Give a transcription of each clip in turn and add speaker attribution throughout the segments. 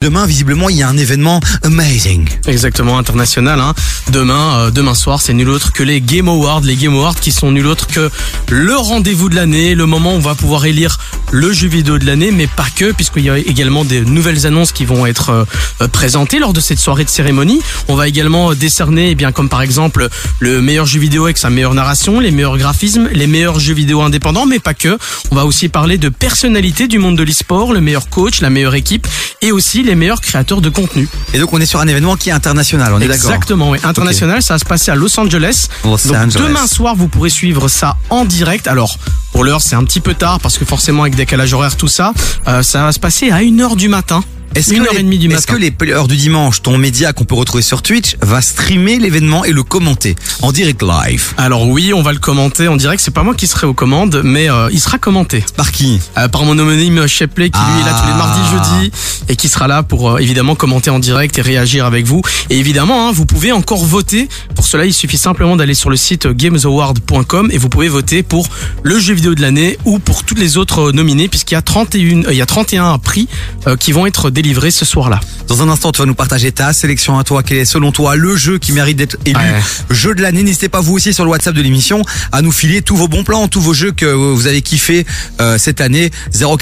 Speaker 1: Demain, visiblement, il y a un événement amazing.
Speaker 2: Exactement, international. Hein. Demain, euh, demain soir, c'est nul autre que les Game Awards. Les Game Awards qui sont nul autre que le rendez-vous de l'année, le moment où on va pouvoir élire le jeu vidéo de l'année, mais pas que, puisqu'il y a également des nouvelles annonces qui vont être euh, euh, présentées lors de cette soirée de cérémonie. On va également euh, décerner, eh bien comme par exemple le meilleur jeu vidéo avec sa meilleure narration, les meilleurs graphismes, les meilleurs jeux vidéo indépendants, mais pas que. On va aussi parler de personnalités du monde de l'e-sport, le meilleur coach, la meilleure équipe, et aussi les meilleurs créateurs de contenu.
Speaker 1: Et donc, on est sur un événement qui est international, on est d'accord
Speaker 2: Exactement, oui. International, ça va se passer à Los Angeles.
Speaker 1: Los
Speaker 2: Donc
Speaker 1: Angeles.
Speaker 2: demain soir, vous pourrez suivre ça en direct. Alors, pour l'heure, c'est un petit peu tard parce que forcément, avec décalage horaire, tout ça, euh, ça va se passer à 1h du matin.
Speaker 1: Est-ce
Speaker 2: Une
Speaker 1: que
Speaker 2: heure
Speaker 1: les-
Speaker 2: et demie du
Speaker 1: Est-ce
Speaker 2: matin.
Speaker 1: que les players du dimanche, ton média qu'on peut retrouver sur Twitch, va streamer l'événement et le commenter en direct live
Speaker 2: Alors oui, on va le commenter en direct. C'est pas moi qui serai aux commandes, mais euh, il sera commenté
Speaker 1: Par qui
Speaker 2: Euh, par mon homonyme Shepley qui lui est là tous les
Speaker 1: Ah.
Speaker 2: mardis, jeudis et qui sera là pour euh, évidemment commenter en direct et réagir avec vous. Et évidemment, hein, vous pouvez encore voter. Pour cela, il suffit simplement d'aller sur le site euh, gamesaward.com et vous pouvez voter pour le jeu vidéo de l'année ou pour toutes les autres euh, nominés puisqu'il y a 31 euh, il y a 31 prix euh, qui vont être délivrés ce soir-là.
Speaker 1: Dans un instant, tu vas nous partager ta sélection à toi. Quel est, selon toi, le jeu qui mérite d'être élu
Speaker 2: Ouais.
Speaker 1: jeu de l'année N'hésitez pas, vous aussi, sur le WhatsApp de l'émission, à nous filer tous vos bons plans, tous vos jeux que euh, vous avez kiffés euh, cette année.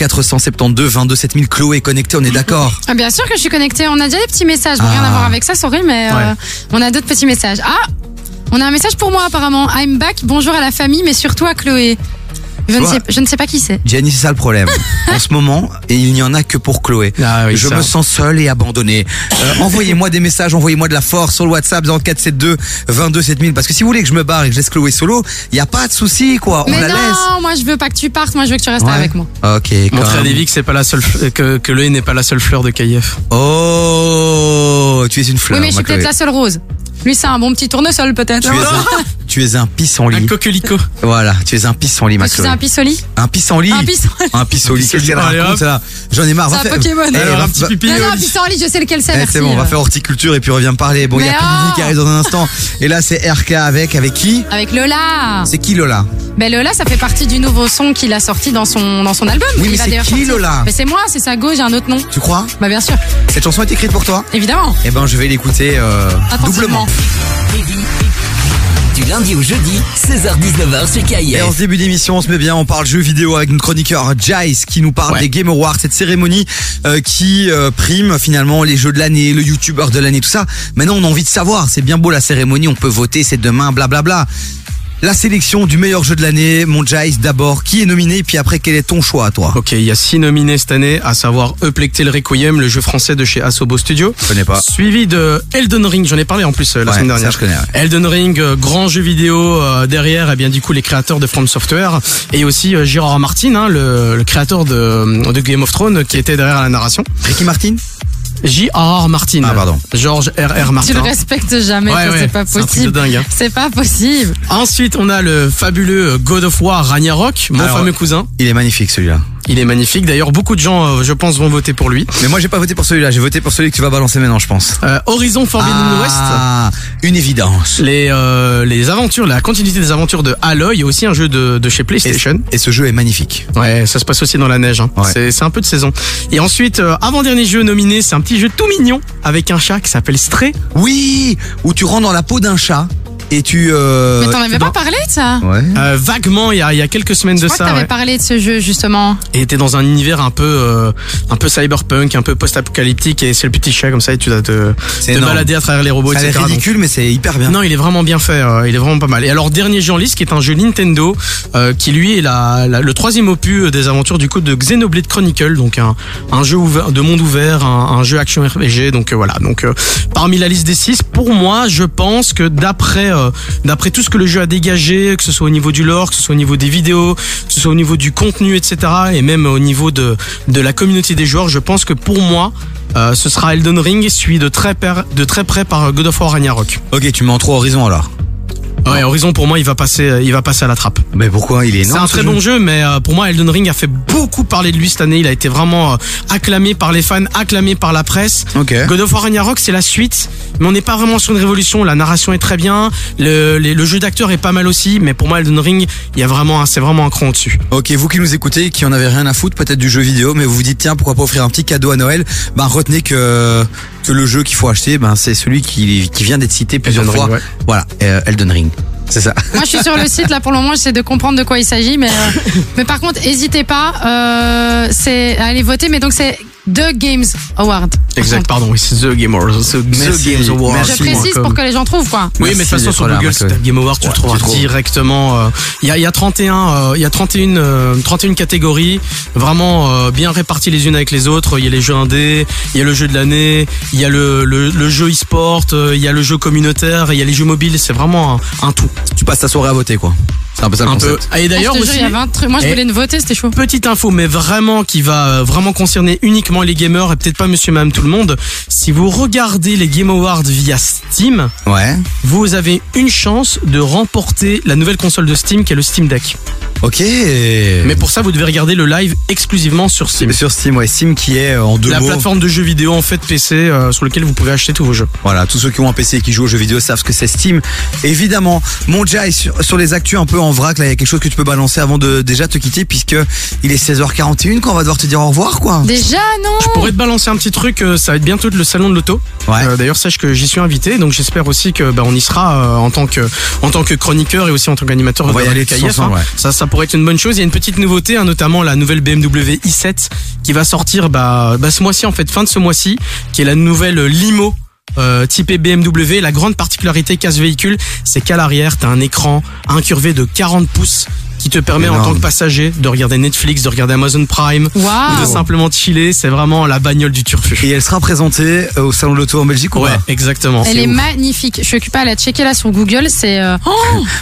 Speaker 1: 0472 22 7000 Chloé est connectée, on est d'accord
Speaker 3: Ah, bien sûr que je suis connectée. On a déjà des petits messages. Bon, Rien
Speaker 1: Ah.
Speaker 3: à voir avec ça, sorry, mais euh,
Speaker 2: Ouais.
Speaker 3: on a d'autres petits messages. Ah On a un message pour moi, apparemment. I'm back. Bonjour à la famille, mais surtout à Chloé. Je, ne
Speaker 1: Ouais.
Speaker 3: sais, je ne sais pas qui c'est.
Speaker 1: Jenny, c'est ça le problème. en ce moment, et il n'y en a que pour Chloé.
Speaker 2: Ah oui,
Speaker 1: je
Speaker 2: ça.
Speaker 1: me sens seul et abandonné. Euh, envoyez-moi des messages, envoyez-moi de la force sur le WhatsApp 0472 22 7000 parce que si vous voulez que je me barre et que je laisse Chloé solo, il y a pas de souci quoi, on
Speaker 3: mais
Speaker 1: la
Speaker 3: non,
Speaker 1: laisse.
Speaker 3: moi je veux pas que tu partes, moi je veux que tu restes
Speaker 1: Ouais.
Speaker 3: avec moi.
Speaker 1: OK. quand
Speaker 2: Montrer à
Speaker 1: même.
Speaker 2: Davy que c'est pas la seule f- que que le n'est pas la seule fleur de Kayef.
Speaker 1: Oh, tu es une fleur.
Speaker 3: oui, mais je
Speaker 1: ma
Speaker 3: suis peut-être
Speaker 1: Chloé.
Speaker 3: la seule rose. Lui, c'est un bon petit tournesol peut-être.
Speaker 1: Tu es un, tu es un pissenlit.
Speaker 2: Un coquelicot.
Speaker 1: Voilà, tu es un pissenlit, ma
Speaker 3: Je suis
Speaker 1: Chloé.
Speaker 3: un pissoli.
Speaker 1: Un pissenlit.
Speaker 3: Un pissenlit.
Speaker 1: Un pissenlit.
Speaker 2: Un
Speaker 1: Qu'est-ce qu'elle
Speaker 2: pissenlit.
Speaker 1: raconte là J'en ai marre.
Speaker 3: C'est
Speaker 1: va
Speaker 3: un
Speaker 1: faire-
Speaker 3: Pokémon.
Speaker 1: Eh,
Speaker 2: Alors
Speaker 1: va-
Speaker 2: un petit
Speaker 1: va-
Speaker 2: pipi.
Speaker 3: Non, non,
Speaker 2: au
Speaker 3: un
Speaker 2: lit.
Speaker 3: pissenlit, je sais lequel c'est.
Speaker 1: Eh,
Speaker 3: merci. euh.
Speaker 1: c'est bon, on va faire horticulture et puis revient me parler. Bon, il y a
Speaker 3: Mais
Speaker 1: Pididi
Speaker 3: oh
Speaker 1: qui arrive dans un instant. Et là, c'est RK avec. Avec qui
Speaker 3: Avec Lola.
Speaker 1: C'est qui Lola
Speaker 3: Ben Lola, ça fait partie du nouveau son qu'il a sorti dans son, dans son album.
Speaker 1: Oui,
Speaker 3: Il
Speaker 1: mais
Speaker 3: va
Speaker 1: c'est
Speaker 3: d'ailleurs
Speaker 1: qui,
Speaker 3: sortir.
Speaker 1: Lola
Speaker 3: Mais c'est moi, c'est Sago, j'ai un autre nom.
Speaker 1: Tu crois
Speaker 3: Bah bien sûr,
Speaker 1: Cette chanson est écrite pour toi
Speaker 3: évidemment.
Speaker 1: Eh ben, je vais l'écouter euh, doublement.
Speaker 3: Attentivement.
Speaker 4: Du lundi au jeudi, 16h-19h sur
Speaker 1: Et en
Speaker 4: KIF.
Speaker 1: ce début d'émission, on se met bien, on parle jeux vidéo avec notre chroniqueur Jace qui nous parle
Speaker 2: Ouais.
Speaker 1: des Game Awards, cette cérémonie euh, qui euh, prime finalement les jeux de l'année, le youtubeur de l'année, tout ça. Maintenant, on a envie de savoir, c'est bien beau la cérémonie, on peut voter, c'est demain, blablabla. La sélection du meilleur jeu de l'année, mon Jace d'abord, qui est nominé, puis après, quel est ton choix à toi
Speaker 2: Ok, il y a six nominés cette année, à savoir Euplectel Requiem, le jeu français de chez Asobo Studio.
Speaker 1: Je connais pas.
Speaker 2: Suivi de Elden Ring, j'en ai parlé en plus euh, la
Speaker 1: Ouais,
Speaker 2: semaine
Speaker 1: ça,
Speaker 2: dernière.
Speaker 1: je connais, ouais.
Speaker 2: Elden Ring, euh, grand jeu vidéo euh, derrière, et bien du coup les créateurs de From Software et aussi euh, Gérard Martin, hein, le, le créateur de, de Game of Thrones, qui était derrière la narration.
Speaker 1: Ricky Martin
Speaker 2: J.R.R. Martin.
Speaker 1: Ah, pardon.
Speaker 2: George R.R. Martin.
Speaker 3: Tu le respectes jamais,
Speaker 2: Ouais,
Speaker 3: ça,
Speaker 2: ouais,
Speaker 3: c'est pas
Speaker 2: c'est un truc de
Speaker 3: possible.
Speaker 2: dingue, hein.
Speaker 3: C'est pas possible.
Speaker 2: Ensuite, on a le fabuleux euh, God of War Ragnarok, mon
Speaker 1: Alors, euh,
Speaker 2: fameux cousin.
Speaker 1: Il est magnifique celui-là.
Speaker 2: Il est magnifique. D'ailleurs, beaucoup de gens, euh, je pense, vont voter pour lui.
Speaker 1: Mais moi, j'ai pas voté pour celui-là, j'ai voté pour celui que tu vas balancer maintenant, je pense.
Speaker 2: Euh, Horizon Forbidden West.
Speaker 1: Ah, une évidence.
Speaker 2: les, euh, les aventures, la continuité des aventures de Aloy, et aussi un jeu de, de chez PlayStation.
Speaker 1: Et ce jeu est magnifique.
Speaker 2: Ouais, ça se passe aussi dans la neige. Hein.
Speaker 1: Ouais.
Speaker 2: C'est, c'est un peu de saison. Et ensuite, euh, avant-dernier jeu nominé, c'est un petit jeu tout mignon avec un chat qui s'appelle Stray.
Speaker 1: Oui, où tu rentres dans la peau d'un chat et tu. euh,
Speaker 3: Mais t'en avais pas parlé de ça
Speaker 1: Ouais.
Speaker 2: Euh, vaguement, il y a, il y a quelques semaines
Speaker 3: Je
Speaker 2: de
Speaker 3: crois que
Speaker 2: ça.
Speaker 3: t'avais
Speaker 2: ouais.
Speaker 3: parlé de ce jeu justement.
Speaker 2: Et t'es dans un univers un peu, euh, un peu cyberpunk, un peu post-apocalyptique, et c'est le petit chat comme ça, et tu dois te,
Speaker 1: C'est
Speaker 2: te
Speaker 1: énorme.
Speaker 2: balader à travers les robots,
Speaker 1: Ça a
Speaker 2: etc.
Speaker 1: l'air
Speaker 2: Donc,
Speaker 1: ridicule, mais c'est hyper bien.
Speaker 2: Non, il est vraiment bien fait. euh, il est vraiment pas mal. Et alors dernier jeu en liste, qui est un jeu Nintendo, euh, qui lui est la, la- le troisième opus euh, des aventures du coup de Xenoblade Chronicle, donc un, un jeu ouvert, de monde ouvert, un, un jeu action RPG. Donc euh, voilà. Donc euh, parmi la liste des six, pour moi, je pense que d'après euh, d'après tout ce que le jeu a dégagé, que ce soit au niveau du lore, que ce soit au niveau des vidéos, que ce soit au niveau du contenu, etc., et même au niveau de de la communauté des joueurs, je pense que pour moi. euh, ce sera Elden Ring, suivi de très, per- de très près par euh, God of War Ragnarok.
Speaker 1: Ok, tu mets en trois horizons alors.
Speaker 2: Ouais, Horizon pour moi il va passer, euh, il va passer à la trappe.
Speaker 1: Mais pourquoi il est
Speaker 2: C'est
Speaker 1: énorme
Speaker 2: un
Speaker 1: ce
Speaker 2: très
Speaker 1: jeu
Speaker 2: bon jeu, mais euh, pour moi, Elden Ring a fait beaucoup parler de lui cette année. Il a été vraiment euh, acclamé par les fans, acclamé par la presse.
Speaker 1: Ok.
Speaker 2: God of War Ragnarok, c'est la suite, mais on n'est pas vraiment sur une révolution. La narration est très bien, le, les- le jeu d'acteur est pas mal aussi, mais pour moi, Elden Ring, il y a vraiment, un- c'est vraiment un cran au-dessus.
Speaker 1: Ok, vous qui nous écoutez, qui en avez rien à foutre peut-être du jeu vidéo, mais vous vous dites tiens pourquoi pas offrir un petit cadeau à Noël Ben retenez que que le jeu qu'il faut acheter, ben c'est celui qui qui vient d'être cité plusieurs
Speaker 2: Elden
Speaker 1: fois.
Speaker 2: Ring, ouais.
Speaker 1: Voilà, euh, Elden Ring, c'est ça.
Speaker 3: Moi, je suis sur le site là pour le moment. J'essaie de comprendre de quoi il s'agit, mais euh, mais par contre, n'hésitez pas. Euh, c'est à aller voter, mais donc c'est The Games Award.
Speaker 2: Exact, pardon, oui, c'est The Game Awards. The,
Speaker 1: Merci.
Speaker 2: Games Awards.
Speaker 3: Je
Speaker 1: Merci,
Speaker 3: précise
Speaker 2: Comme-
Speaker 3: pour que les gens trouvent quoi.
Speaker 2: Oui, mais de
Speaker 1: Merci
Speaker 2: toute façon,
Speaker 1: d'être
Speaker 2: sur
Speaker 1: là,
Speaker 2: Google,
Speaker 1: Mathieu.
Speaker 2: si tapes Game Awards, tu
Speaker 1: Ouais,
Speaker 2: le
Speaker 1: tu
Speaker 2: trouveras
Speaker 1: trouves.
Speaker 2: directement. euh, Il y, a, il y a 31, euh, il y a 31, euh, 31 catégories, vraiment euh, bien réparties les unes avec les autres. Il y a les jeux indés, il y a le jeu de l'année, il y a le, le, le jeu e-sport, euh, il y a le jeu communautaire, il y a les jeux mobiles. C'est vraiment un, un tout.
Speaker 1: Tu passes ta soirée à voter quoi. C'est un peu ça le
Speaker 2: Un peu.
Speaker 1: concept.
Speaker 2: Ah, Et d'ailleurs
Speaker 3: Ah, je te jure,
Speaker 2: aussi. eh,
Speaker 3: il y a 20 trucs. Moi, je
Speaker 2: Et-
Speaker 3: voulais une voter, c'était chaud.
Speaker 2: Petite info, mais vraiment qui va euh, vraiment concerner uniquement les gamers et peut-être pas monsieur, madame, tout le monde. Si vous regardez les Game Awards via Steam,
Speaker 1: Ouais.
Speaker 2: vous avez une chance de remporter la nouvelle console de Steam qui est le Steam Deck.
Speaker 1: Ok. Eh
Speaker 2: Mais pour ça, vous devez regarder le live exclusivement sur Steam.
Speaker 1: sur Steam, ouais, Steam qui est euh, en deux
Speaker 2: La
Speaker 1: mots.
Speaker 2: plateforme de jeux vidéo en fait PC euh, sur lequel vous pouvez acheter tous vos jeux.
Speaker 1: Voilà, tous ceux qui ont un PC et qui jouent aux jeux vidéo savent ce que c'est Steam. Évidemment, mon Jai, sur, sur les actus un peu en vrac, là, il y a quelque chose que tu peux balancer avant de déjà te quitter, puisque il est 16h41 qu'on va devoir te dire au revoir, quoi.
Speaker 3: Déjà, non
Speaker 2: Je pourrais te balancer un petit truc, euh, ça va être bientôt le salon de l'auto.
Speaker 1: Ouais.
Speaker 2: Euh, D'ailleurs, sache que j'y suis invité, donc j'espère aussi que bah, on y sera euh, en tant que en tant que chroniqueur et aussi en tant qu'animateur.
Speaker 1: On
Speaker 2: de
Speaker 1: va y
Speaker 2: Radio
Speaker 1: aller tous
Speaker 2: KIF,
Speaker 1: ensemble, ouais.
Speaker 2: hein. Ça, ça pourrait être une bonne chose. Il y a une petite nouveauté, hein, notamment la nouvelle BMW i7 qui va sortir bah, bah, ce mois-ci en fait, fin de ce mois-ci, qui est la nouvelle limo. Euh, typée BMW, la grande particularité qu'a ce véhicule, c'est qu'à l'arrière, t'as un écran incurvé de 40 pouces qui te permet en
Speaker 1: Énorme.
Speaker 2: tant que passager de regarder Netflix, de regarder Amazon Prime, ou de
Speaker 3: Waouh
Speaker 2: simplement chiller, c'est vraiment la bagnole du turfu.
Speaker 1: Et elle sera présentée euh, au salon de l'auto en Belgique ou
Speaker 2: Ouais,
Speaker 1: pas
Speaker 2: exactement.
Speaker 3: Elle est, magnifique. Je suis occupée à la checker là sur Google. C'est. euh, oh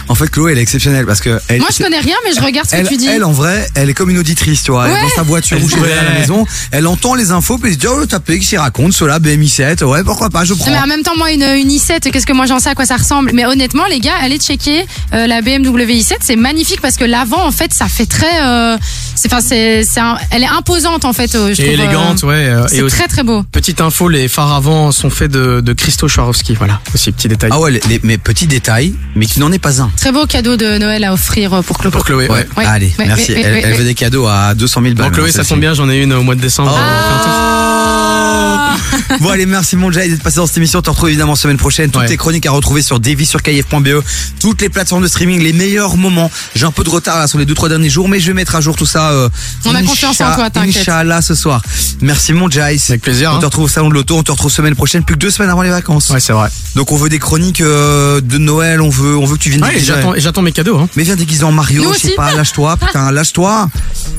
Speaker 1: En fait, Chloé, elle est exceptionnelle parce que elle,
Speaker 3: Moi, je connais rien, mais je regarde ce
Speaker 1: elle,
Speaker 3: que tu dis.
Speaker 1: elle, en vrai, elle est comme une auditrice, tu vois. Elle est dans sa voiture
Speaker 2: Elle
Speaker 1: ou chez
Speaker 2: pourrait-
Speaker 1: elle à la maison, elle entend les infos puis elle se dit oh le tapé qui s'y raconte, cela BMI7, ouais pourquoi pas, je prends.
Speaker 3: Non, mais en même temps, moi, une, une i7, qu'est-ce que moi j'en sais à quoi ça ressemble Mais honnêtement, les gars, allez checker euh, la BMW i7, c'est magnifique parce que l'avant, en fait, ça fait très. euh, c'est, enfin, c'est, c'est un- elle est imposante, en fait, euh, je
Speaker 2: Et
Speaker 3: trouve. euh,
Speaker 2: élégante, ouais. euh,
Speaker 3: c'est
Speaker 2: Et aussi,
Speaker 3: très très beau.
Speaker 2: petite info, les phares avant sont faits de, de Christo Swarovski. Voilà, aussi petit détail.
Speaker 1: Ah ouais, les, les- mes petits détails, mais qui n'en est pas un.
Speaker 3: Très beau cadeau de Noël à offrir euh, pour Claude.
Speaker 2: Pour Chloé, ouais.
Speaker 3: Ouais.
Speaker 1: Allez,
Speaker 3: Ouais,
Speaker 1: merci.
Speaker 3: ouais,
Speaker 1: elle
Speaker 3: ouais,
Speaker 1: elle
Speaker 3: ouais.
Speaker 1: veut des cadeaux à 200 000 balles.
Speaker 2: Bon, Chloé,
Speaker 1: hein,
Speaker 2: ça
Speaker 1: celle-ci.
Speaker 2: tombe bien, j'en ai une au mois de décembre.
Speaker 1: Oh, Ah.
Speaker 3: Ah.
Speaker 1: Bon allez merci mon Jay d'être passé dans cette émission On te retrouve évidemment semaine prochaine Toutes
Speaker 2: Ouais.
Speaker 1: tes chroniques à retrouver sur devisurkf.be E. Toutes les plateformes de streaming Les meilleurs moments J'ai un peu de retard là, sur les deux trois derniers jours Mais je vais mettre à jour tout ça euh,
Speaker 3: On a confiance en
Speaker 1: Incha-
Speaker 3: toi, t'inquiète.
Speaker 1: Inch'Allah ce soir Merci mon Jay
Speaker 2: Avec plaisir.
Speaker 1: On
Speaker 2: hein.
Speaker 1: te retrouve au salon de l'auto On te retrouve semaine prochaine Plus que deux semaines avant les vacances
Speaker 2: Ouais, c'est vrai.
Speaker 1: Donc on veut des chroniques euh, de Noël On veut, on veut que tu viennes
Speaker 2: Ouais,
Speaker 1: déguisé.
Speaker 2: j'attends- j'attends mes cadeaux. Hein.
Speaker 1: Mais viens déguisé en Mario
Speaker 3: Nous
Speaker 1: Je sais
Speaker 3: aussi.
Speaker 1: pas, lâche-toi Putain, lâche-toi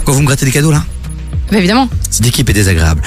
Speaker 1: Quand vous me grattez des cadeaux là
Speaker 3: Bah, évidemment.
Speaker 1: C'est d'équipe est désagréable